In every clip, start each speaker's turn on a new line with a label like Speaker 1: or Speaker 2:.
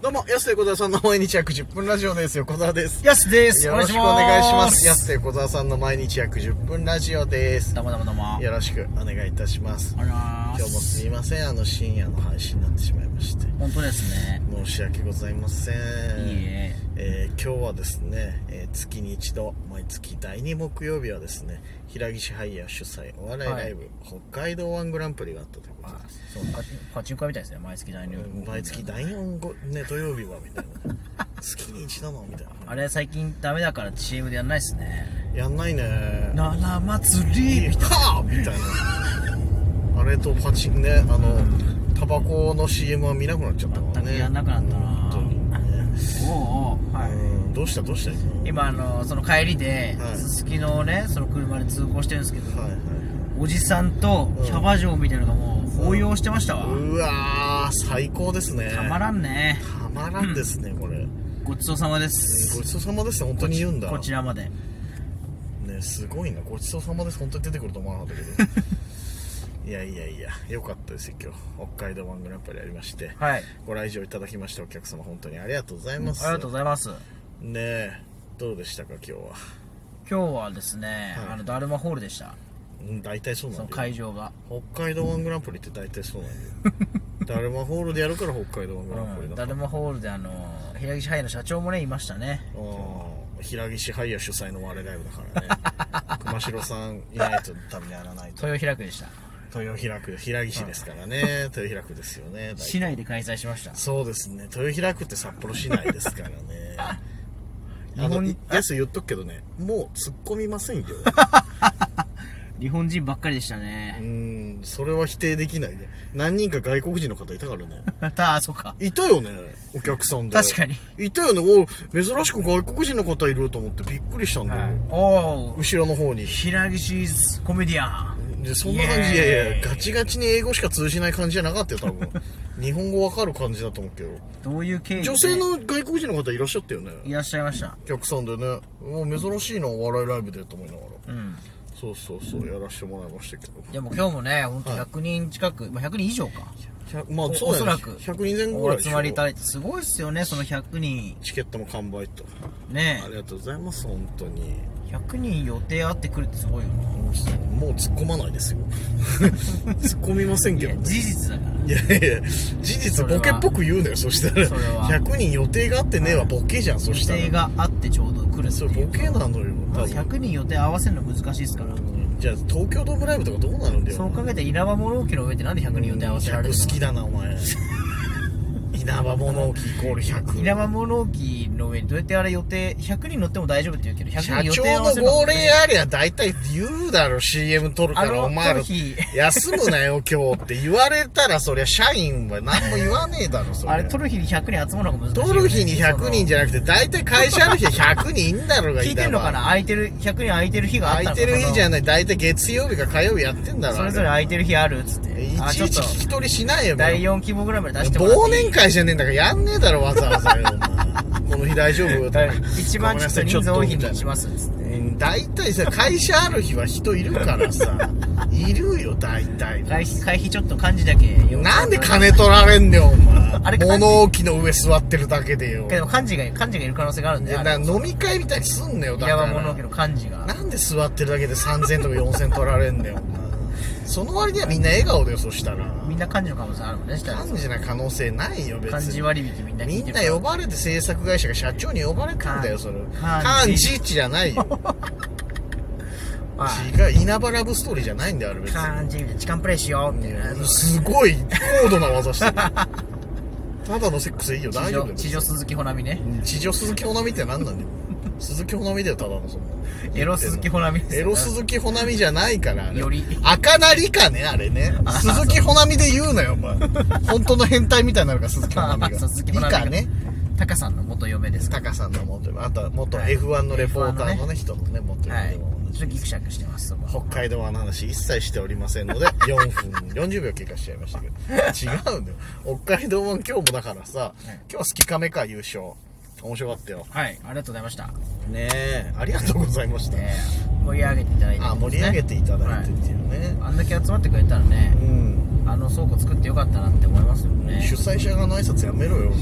Speaker 1: どうも、安手小沢さんの毎日約10分ラジオです。横澤です。
Speaker 2: ヤスです。
Speaker 1: よろしくお願いします。安
Speaker 2: 安
Speaker 1: 手小沢さんの毎日約10分ラジオです。
Speaker 2: どうもどうもどうも。
Speaker 1: よろしくお願いいたします。
Speaker 2: あらー
Speaker 1: 今日もすみません、あの深夜の配信になってしまいまして。
Speaker 2: 本当ですね。
Speaker 1: 申し訳ございません。
Speaker 2: いいえ。
Speaker 1: えー今日はですね、えー月に一度毎月第2木曜日はですね平岸ハイヤー主催お笑いライブ、北海道ワングランプリがあったということです
Speaker 2: そう、パチパチンコ屋みたいですね。毎月第二
Speaker 1: うん毎月第4ご、ね、土曜日はみたいな月に一度のみたい
Speaker 2: あれ最近ダメだから CM でやんないっすね。
Speaker 1: なやんないね
Speaker 2: なな祭りみたい
Speaker 1: はあみたいなあれとパチンねあのタバコの CM は見なくなっちゃったから
Speaker 2: な。全
Speaker 1: ね
Speaker 2: くやんなくなった
Speaker 1: 本
Speaker 2: な
Speaker 1: 当にね
Speaker 2: おうおうはい。
Speaker 1: うんどうしたどうした今
Speaker 2: 今、あの、その帰りで
Speaker 1: は、い
Speaker 2: すすきのね、その車で通行してるんですけど、
Speaker 1: はいはい
Speaker 2: おじさんと
Speaker 1: うん
Speaker 2: キャバ嬢みたいなのがもう抱擁してましたわ。
Speaker 1: うわー最高ですね
Speaker 2: たまらんね。
Speaker 1: たまらんですねこれ
Speaker 2: ごちそうさまです。
Speaker 1: ごちそうさまですね本当に言うんだ
Speaker 2: こちらまで。
Speaker 1: ねすごいなごちそうさまです本当に出てくると思わなかった けどいやいやいや良かったですよ今日北海道ワングランプリありまして
Speaker 2: はい。
Speaker 1: ご来場いただきましてお客様本当にありがとうござい
Speaker 2: あり
Speaker 1: ます
Speaker 2: がとうございます。
Speaker 1: ねえどうでしたか今日は
Speaker 2: 今日はですね、
Speaker 1: はい
Speaker 2: あのダルマホールでした
Speaker 1: うん大体そう
Speaker 2: そ
Speaker 1: な
Speaker 2: の
Speaker 1: んだよ
Speaker 2: 会場が、
Speaker 1: 北海道ワングランプリって大体そうなんだよ ダルマホールでやるから北海道ワングランプ
Speaker 2: う
Speaker 1: リ
Speaker 2: ん
Speaker 1: だ
Speaker 2: ダルマホールであの平岸ハイの社長もねいましたね
Speaker 1: あー平岸ハイヤー主催の我ライブだからね 熊代さんいないと多分やらないと
Speaker 2: 豊平区でした
Speaker 1: 豊平区平岸ですからね豊平区ですよね大体
Speaker 2: 市内で開催しました
Speaker 1: そうですね豊平区って札幌市内です からねあ
Speaker 2: 日
Speaker 1: の
Speaker 2: 本
Speaker 1: いやす言っとくけどねもう突っ込みま せんよ
Speaker 2: 日本人ばっかりでした
Speaker 1: うー
Speaker 2: ね
Speaker 1: んそれは否定できないね何人か外国人の方いたからね
Speaker 2: たあそうか
Speaker 1: いたよねお客さんで
Speaker 2: 確かに
Speaker 1: いたよねお珍しく外国人の方いると思ってびっくりしたんだよ、
Speaker 2: おお
Speaker 1: 後ろの方に
Speaker 2: 平岸コメディアン
Speaker 1: でそんな感
Speaker 2: イエー
Speaker 1: じ
Speaker 2: イ
Speaker 1: いやいやガチガチに英語しか通じない感じじゃなかったよ多 分日本語わかる感じだと思うけど
Speaker 2: どういう経緯で
Speaker 1: 女性の外国人の方いらっしゃったよね
Speaker 2: いらっしゃいました
Speaker 1: お客さんでねもう珍しいなお笑いライブでと思いながら
Speaker 2: うん
Speaker 1: そうそうそうやらしてもらいましたけど
Speaker 2: でも今日もね本当100人近く、まあ100人以上か
Speaker 1: 100まあ
Speaker 2: お
Speaker 1: そう
Speaker 2: お
Speaker 1: や
Speaker 2: そ
Speaker 1: ね
Speaker 2: らく
Speaker 1: 100人前後ぐらい
Speaker 2: お
Speaker 1: でし
Speaker 2: 集
Speaker 1: ょ
Speaker 2: まりいただいてすごいっすよねその100人
Speaker 1: チケットも完売と
Speaker 2: ね
Speaker 1: ありがとうございます本当に
Speaker 2: 100人予定あってくるってすごいよな
Speaker 1: もう突っ込まないですよ 突っ込みません
Speaker 2: い
Speaker 1: け
Speaker 2: や
Speaker 1: どね
Speaker 2: 事実だから
Speaker 1: いやいや事実
Speaker 2: それ
Speaker 1: ボ
Speaker 2: は
Speaker 1: ケっぽく言うなよそしたら
Speaker 2: それは
Speaker 1: 100人予定があってねえはボケじゃんそ
Speaker 2: 予
Speaker 1: した
Speaker 2: 定
Speaker 1: ら
Speaker 2: があってちょうど来るって
Speaker 1: それ
Speaker 2: い
Speaker 1: ボ
Speaker 2: う
Speaker 1: ケなのよ多分
Speaker 2: 100人予定合わせるの難しいですから
Speaker 1: じゃあ東京ドームライブとかどうなるんだよ
Speaker 2: そう考えたら稲葉物置の上ってなんで100人予定合わせられるの
Speaker 1: 100好きだなお前稲葉物置イコール100
Speaker 2: 稲葉物置の上にどうやってあれ予定100人乗っても大丈夫って言うけど
Speaker 1: 社
Speaker 2: 100人予
Speaker 1: 長
Speaker 2: 定合わせ
Speaker 1: の
Speaker 2: るの
Speaker 1: 号令ありゃ大体言うだろ CM 撮るか
Speaker 2: あ
Speaker 1: ら
Speaker 2: の
Speaker 1: お前ら
Speaker 2: 時
Speaker 1: 休むなよ今日って言われたらそりゃ社員は何も言わねえだろそ
Speaker 2: あれ撮
Speaker 1: る
Speaker 2: る日に100人集まるのが難しいよね、
Speaker 1: 撮る日に100人
Speaker 2: じ
Speaker 1: じゃなくて大体会社の日は100人いんだろうが
Speaker 2: 聞いてんのかな空いてる100人空いてる日があっ
Speaker 1: 空
Speaker 2: た
Speaker 1: い
Speaker 2: の
Speaker 1: てる日じゃ
Speaker 2: ん
Speaker 1: ない大体月曜日か火曜日やってんだろ
Speaker 2: それぞれ
Speaker 1: あ
Speaker 2: 空いてる日あるっつって
Speaker 1: れい
Speaker 2: あ
Speaker 1: ちいち聞き取りしないよ
Speaker 2: 第4希望ぐらいまで出してもら
Speaker 1: 忘
Speaker 2: っていい
Speaker 1: 年会じゃねえんだからやんねえだろわざわざよお前この日大丈夫
Speaker 2: 第 一番
Speaker 1: ごめん
Speaker 2: ちょ
Speaker 1: な
Speaker 2: っ
Speaker 1: さ
Speaker 2: と
Speaker 1: い
Speaker 2: 人数多い日
Speaker 1: ちょっとみたいな
Speaker 2: にしますっつって
Speaker 1: うん大体さ会社ある日は人いるから さいるよ大体
Speaker 2: 会費会費ちょっと漢字だけ読む
Speaker 1: なんで金取られんねんお前
Speaker 2: あれ金
Speaker 1: 物置の上座ってるだけでよ
Speaker 2: けど漢字が漢字がいる可能性があるん
Speaker 1: い
Speaker 2: で
Speaker 1: や
Speaker 2: あ
Speaker 1: だ
Speaker 2: れ
Speaker 1: から飲み会みたいにすんねよだ
Speaker 2: 稲
Speaker 1: か
Speaker 2: 葉
Speaker 1: ら
Speaker 2: 物置の漢字が
Speaker 1: なんで座ってるだけで3000とか4000取られんねんお前その割にはみんな笑顔だよそしたら
Speaker 2: みんな漢字の可能性あるもんねしたら
Speaker 1: 感じな可能性ないよ別
Speaker 2: 漢字
Speaker 1: に
Speaker 2: 割引みんな聞
Speaker 1: み
Speaker 2: いて
Speaker 1: ん
Speaker 2: る
Speaker 1: な
Speaker 2: から
Speaker 1: 呼ばれて制作会社が社長に呼ばれたんだよそれ
Speaker 2: 漢
Speaker 1: 漢
Speaker 2: 字
Speaker 1: 字じゃないよ
Speaker 2: はい
Speaker 1: 違う稲葉ラブストーリーじゃないんだよあれ別に
Speaker 2: 漢字みたいな痴漢プレイしようみたいな
Speaker 1: すごい高度な技してるただのセックスでいいよ大
Speaker 2: 地
Speaker 1: 丈夫だ
Speaker 2: 上
Speaker 1: よ
Speaker 2: 地上鈴木保奈美ね
Speaker 1: 地上鈴木保奈美って何なんだよ鈴木保奈美だよただのその
Speaker 2: エロ鈴木保奈美です
Speaker 1: エロ鈴木保奈美じゃないからあれ
Speaker 2: より
Speaker 1: 赤なりかねあれね鈴木保奈美で言うなよお 前本当の変態みたいになるから鈴木保
Speaker 2: あ
Speaker 1: 奈美が
Speaker 2: 鈴木保奈美
Speaker 1: いいかね
Speaker 2: タカさんの元嫁ですか
Speaker 1: タカさんの元あとは元 F1 のレポーターのね人のね元
Speaker 2: らは
Speaker 1: 嫁で
Speaker 2: い
Speaker 1: も
Speaker 2: ちょっとギクシャクしてますそこ
Speaker 1: 北
Speaker 2: は
Speaker 1: 海道湾の話一切しておりません ので4分40秒経過しちゃいましたけど違うんだよ北海道湾今日もだからさ今日はスキカメか優勝面白かったよ
Speaker 2: はいありがとうございました
Speaker 1: ねえありがとうございました、
Speaker 2: えー盛り上げていただいて
Speaker 1: あ盛り上げていただいてっていうね、
Speaker 2: あんだけ集まってくれたらね
Speaker 1: うん
Speaker 2: あの倉庫作ってよかったなって思いますよね
Speaker 1: 主催者側の挨拶やめろよ、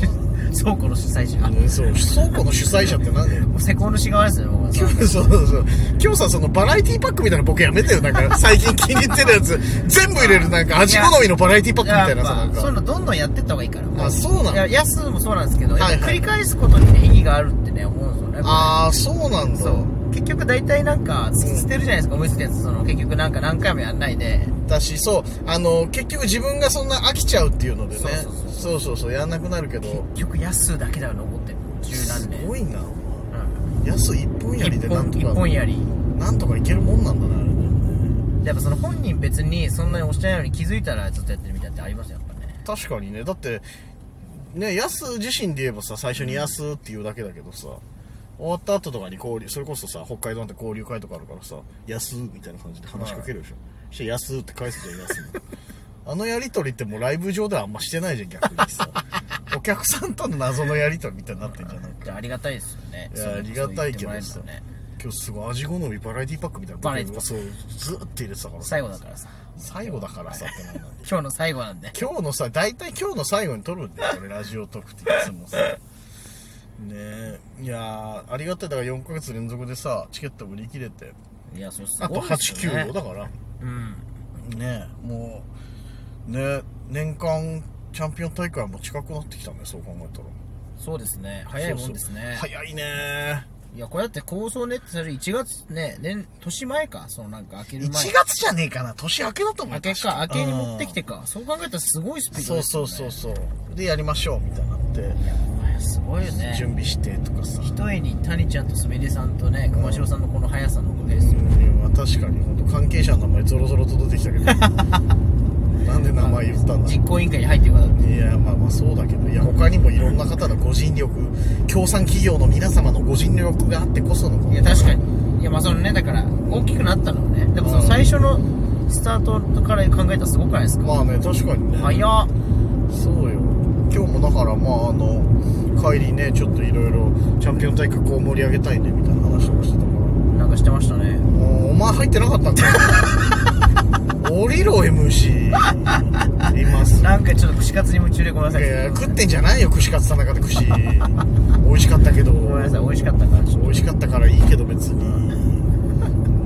Speaker 2: 倉庫の主催者、
Speaker 1: ね、そう倉庫の主催者って何だよ
Speaker 2: もう施工主側ですよね僕は
Speaker 1: 今日そうそうそう今日さそのバラエティパックみたいなボケやめてよなん か最近気に入ってるやつ全部入れるなんか味好みのバラエティパックみたいなさ
Speaker 2: や
Speaker 1: な
Speaker 2: っ
Speaker 1: ん
Speaker 2: ぱそういう
Speaker 1: か
Speaker 2: のどんどんやってった方がいいから
Speaker 1: あそうなの
Speaker 2: いやヤスもそうなんですけど、
Speaker 1: はいはい
Speaker 2: やっぱ繰り返すことにね意義があるってね思うんですよね
Speaker 1: ああそうなんだ
Speaker 2: そう結局大体なんか突き捨てるじゃないですか、思いついたやつその結局なんか何回もやんないで
Speaker 1: だしそうあの結局自分がそんな飽きちゃうっていうのでね
Speaker 2: そうそう
Speaker 1: そうそうそうやんなくなるけど
Speaker 2: 結局ヤスだけだよ残ってる十
Speaker 1: す
Speaker 2: 何年
Speaker 1: ごいな
Speaker 2: うん
Speaker 1: やす一本やりで
Speaker 2: 一
Speaker 1: な
Speaker 2: 本
Speaker 1: んと
Speaker 2: 一本
Speaker 1: か
Speaker 2: やり
Speaker 1: なんとかいけるもんなんだなあれ
Speaker 2: やっぱその本人別にそんなに押してないのに気づいたらずっとやってるみたいってありますよやっぱね
Speaker 1: 確かにねだってねやす自身で言えばさ最初に「やす」っていうだけだけどさ終わった後とかに交流それこそさ北海道なんて交流会とかあるからさ「やす」みたいな感じで話しかけるでしょ、そして「やす」って返すじゃん「やす」 あのやり取りってもうライブ上ではあんましてないじゃん逆に さお客さんとの謎のやり取りみたいになってんじゃない
Speaker 2: でありがたいですよね
Speaker 1: いや
Speaker 2: そう
Speaker 1: ありがたいけど
Speaker 2: そう言って
Speaker 1: さ
Speaker 2: もらえるのはね
Speaker 1: 今日すごい味好みバラエティパックみたいな
Speaker 2: バラエティパック
Speaker 1: そうずーって入れてたからさ
Speaker 2: 最後だからさ
Speaker 1: 最後だからさってなんなんだよ
Speaker 2: 今日の最後なんで
Speaker 1: 今日のさ大体今日の最後に撮るんだよ俺ラジオトークっていつもさねえいやーありがたいだから4ヶ月連続でさチケット売り切れて
Speaker 2: いやそれす
Speaker 1: あ
Speaker 2: ご
Speaker 1: と
Speaker 2: いですよね
Speaker 1: 89よだから
Speaker 2: うん
Speaker 1: ねえもうねえ年間チャンピオン大会も近くなってきたねそう考えたら
Speaker 2: そうですね早いもんですね
Speaker 1: そうそう早いね
Speaker 2: いやこれだって構想ねってそれ1月ね年年前かそのなんか開ける
Speaker 1: 1
Speaker 2: 前
Speaker 1: 月じゃねえかな年明けだと思う
Speaker 2: 明けか明
Speaker 1: 確
Speaker 2: けに持ってきてかそう考えたらすごいスピード
Speaker 1: そう
Speaker 2: です
Speaker 1: そ
Speaker 2: よ
Speaker 1: う
Speaker 2: ね
Speaker 1: そうそうでやりましょうみたいになって、
Speaker 2: いやお前すごいよね
Speaker 1: 準備してとかさ
Speaker 2: ひとえに谷ちゃんとすみれさんとね熊代さんのこの速さのおかげですよ
Speaker 1: うんまあ確かに本当関係者の名前ゾロゾロと出てきたけど なんで名前言ったんだ
Speaker 2: 実行委員会に入ってるからだって
Speaker 1: いやまあまあそうだけどいや他にもいろんな方のご尽力協賛企業の皆様のご尽力があってこその
Speaker 2: いや確かにいやまあそのねだから大きくなったのはねでもその最初のスタートから考えたらすごくないですか
Speaker 1: まあね確かにね
Speaker 2: 早っ
Speaker 1: そうよ今日もだからまああの帰りねちょっといろいろチャンピオン大会こう盛り上げたいねみたいな話とかしてたから
Speaker 2: なんかしてましたね
Speaker 1: おお前入ってなかったん だよ降りろ MC います
Speaker 2: なんかちょっと串カツに夢中でごめんないさい
Speaker 1: や食ってんじゃないよ串カツ田中で串美味しかったけど
Speaker 2: ごめんなさい美味しかったからちょっ
Speaker 1: 美味しかったからいいけど別に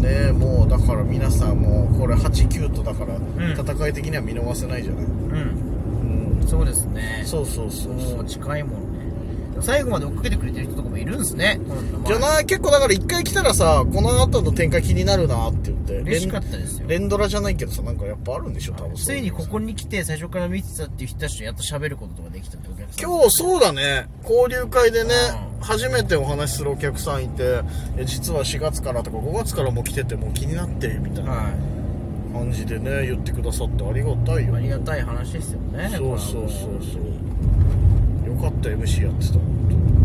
Speaker 1: ねえもうだから皆さんもうこれ89とだから
Speaker 2: ん
Speaker 1: 戦い的には見逃せないじゃない、
Speaker 2: とうん
Speaker 1: うん、
Speaker 2: そうですね
Speaker 1: そうそうそうそ
Speaker 2: も
Speaker 1: う
Speaker 2: う近いもんねでも最後まで追っかけてくれてる人とかもいるんですね
Speaker 1: じゃ
Speaker 2: い
Speaker 1: ない結構だから一回来たらさこの後の展開気になるなって言って
Speaker 2: 嬉しかったですよ
Speaker 1: 連連ドラじゃないけどさなんかやっぱあるんでしょ多分
Speaker 2: ついにここに来て最初から見てたっていう人たちとやっと喋ることとかできたってお客さん
Speaker 1: 今日そうだね交流会でね
Speaker 2: う
Speaker 1: 初めてお話しするお客さんいてえ実は4月からとか5月からも来ててもう気になってるみたいな
Speaker 2: は
Speaker 1: 感じでね言ってくださってありがたい
Speaker 2: い
Speaker 1: よ
Speaker 2: ありがたい話ですよね
Speaker 1: そうそうそう
Speaker 2: こ
Speaker 1: そうよかった MC やってた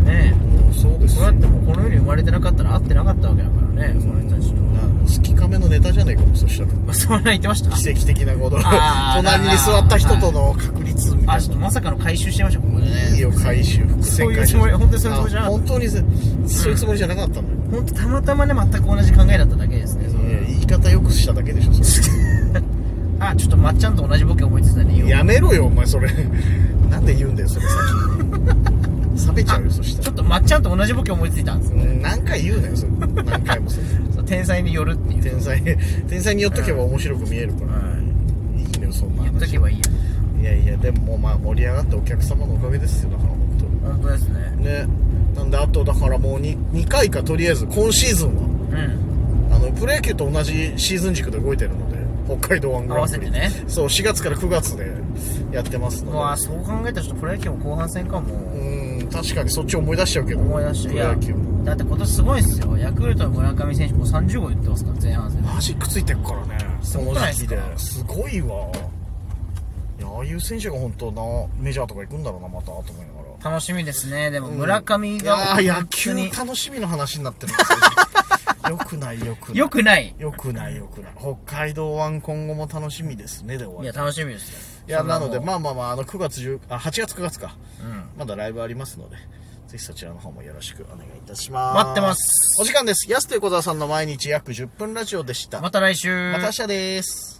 Speaker 1: 本
Speaker 2: れはね
Speaker 1: 当うんそうで
Speaker 2: え
Speaker 1: す
Speaker 2: こ
Speaker 1: よ
Speaker 2: れだってもうこの世に生まれてなかったら会ってなかったわけだからねその人たちと
Speaker 1: な好きかめのネタじゃねえかもそしたら
Speaker 2: まあそんなん言ってま した
Speaker 1: 奇跡的なこと
Speaker 2: あー
Speaker 1: 隣に座った人との確率みた
Speaker 2: あ
Speaker 1: い
Speaker 2: ちょっとまさかの回収してましたここで
Speaker 1: ないい
Speaker 2: ね
Speaker 1: よ回収伏線
Speaker 2: そういう
Speaker 1: 回収
Speaker 2: つもり本当にそういうつもりじゃ
Speaker 1: あ
Speaker 2: なかった
Speaker 1: 本当にせそういうつもりじゃなかったんだよ
Speaker 2: 本当たまたまね全く同じ考えだっただけですねそ
Speaker 1: いや
Speaker 2: れ
Speaker 1: 言い方よくしただけでしょそれ
Speaker 2: あちょっとまっちゃんと同じボケ思いついたね今
Speaker 1: やめろよお前それ なんで言うんだよそれ 先冷めちゃうよそした
Speaker 2: ちょ
Speaker 1: ら
Speaker 2: っとまっちゃんと同じボケ思いついたんですよ
Speaker 1: うん何回言うなよそれ何回もそれ
Speaker 2: そう天才によるっていう
Speaker 1: 天才天才によっとけば面白く見えるから、いいのよそんな
Speaker 2: 言っと
Speaker 1: 話
Speaker 2: けばいいや
Speaker 1: いやいやでももうまあ盛り上がってお客様のおかげですよだから本当
Speaker 2: 本当ですね
Speaker 1: ねなんであとだからもう 2, 2回かとりあえず今シーズンは
Speaker 2: うん
Speaker 1: あのプロ野球と同じシーズン軸で動いてるので北海道ワングランプリ
Speaker 2: 合わせて
Speaker 1: そう4月から9月でやってますの
Speaker 2: う
Speaker 1: で
Speaker 2: わそう考えたらちょっとプロ野球も後半戦か
Speaker 1: う
Speaker 2: も
Speaker 1: ーん確かにそっち思い出しちゃうけど
Speaker 2: 思い出して
Speaker 1: プ
Speaker 2: い
Speaker 1: ロ
Speaker 2: や
Speaker 1: 野球も
Speaker 2: だって今年すごいですよヤクルトの村上選手もう30号打ってますから前半戦
Speaker 1: マジくっついてるからねその時期ですごいわいやああいう選手が本当なメジャーとか行くんだろうなまたと思いながら
Speaker 2: 楽しみですねでも村上が
Speaker 1: いやー野
Speaker 2: 本当
Speaker 1: 球
Speaker 2: に
Speaker 1: 楽しみの話になってるんです よよくないよくない
Speaker 2: よくない
Speaker 1: よくないよくない北海道湾今後も楽しみですねで終わ
Speaker 2: い
Speaker 1: り
Speaker 2: や楽しみですよ
Speaker 1: いや、なので、
Speaker 2: それは
Speaker 1: まあまあまあ、あの、9月10、あ、8月9月か。
Speaker 2: もううん
Speaker 1: まだライブありますので、ぜひそちらの方もよろしくお願いいたします。
Speaker 2: 待ってます
Speaker 1: お時間です。安と横澤さんの毎日約10分ラジオでした。
Speaker 2: また来週
Speaker 1: また明日です。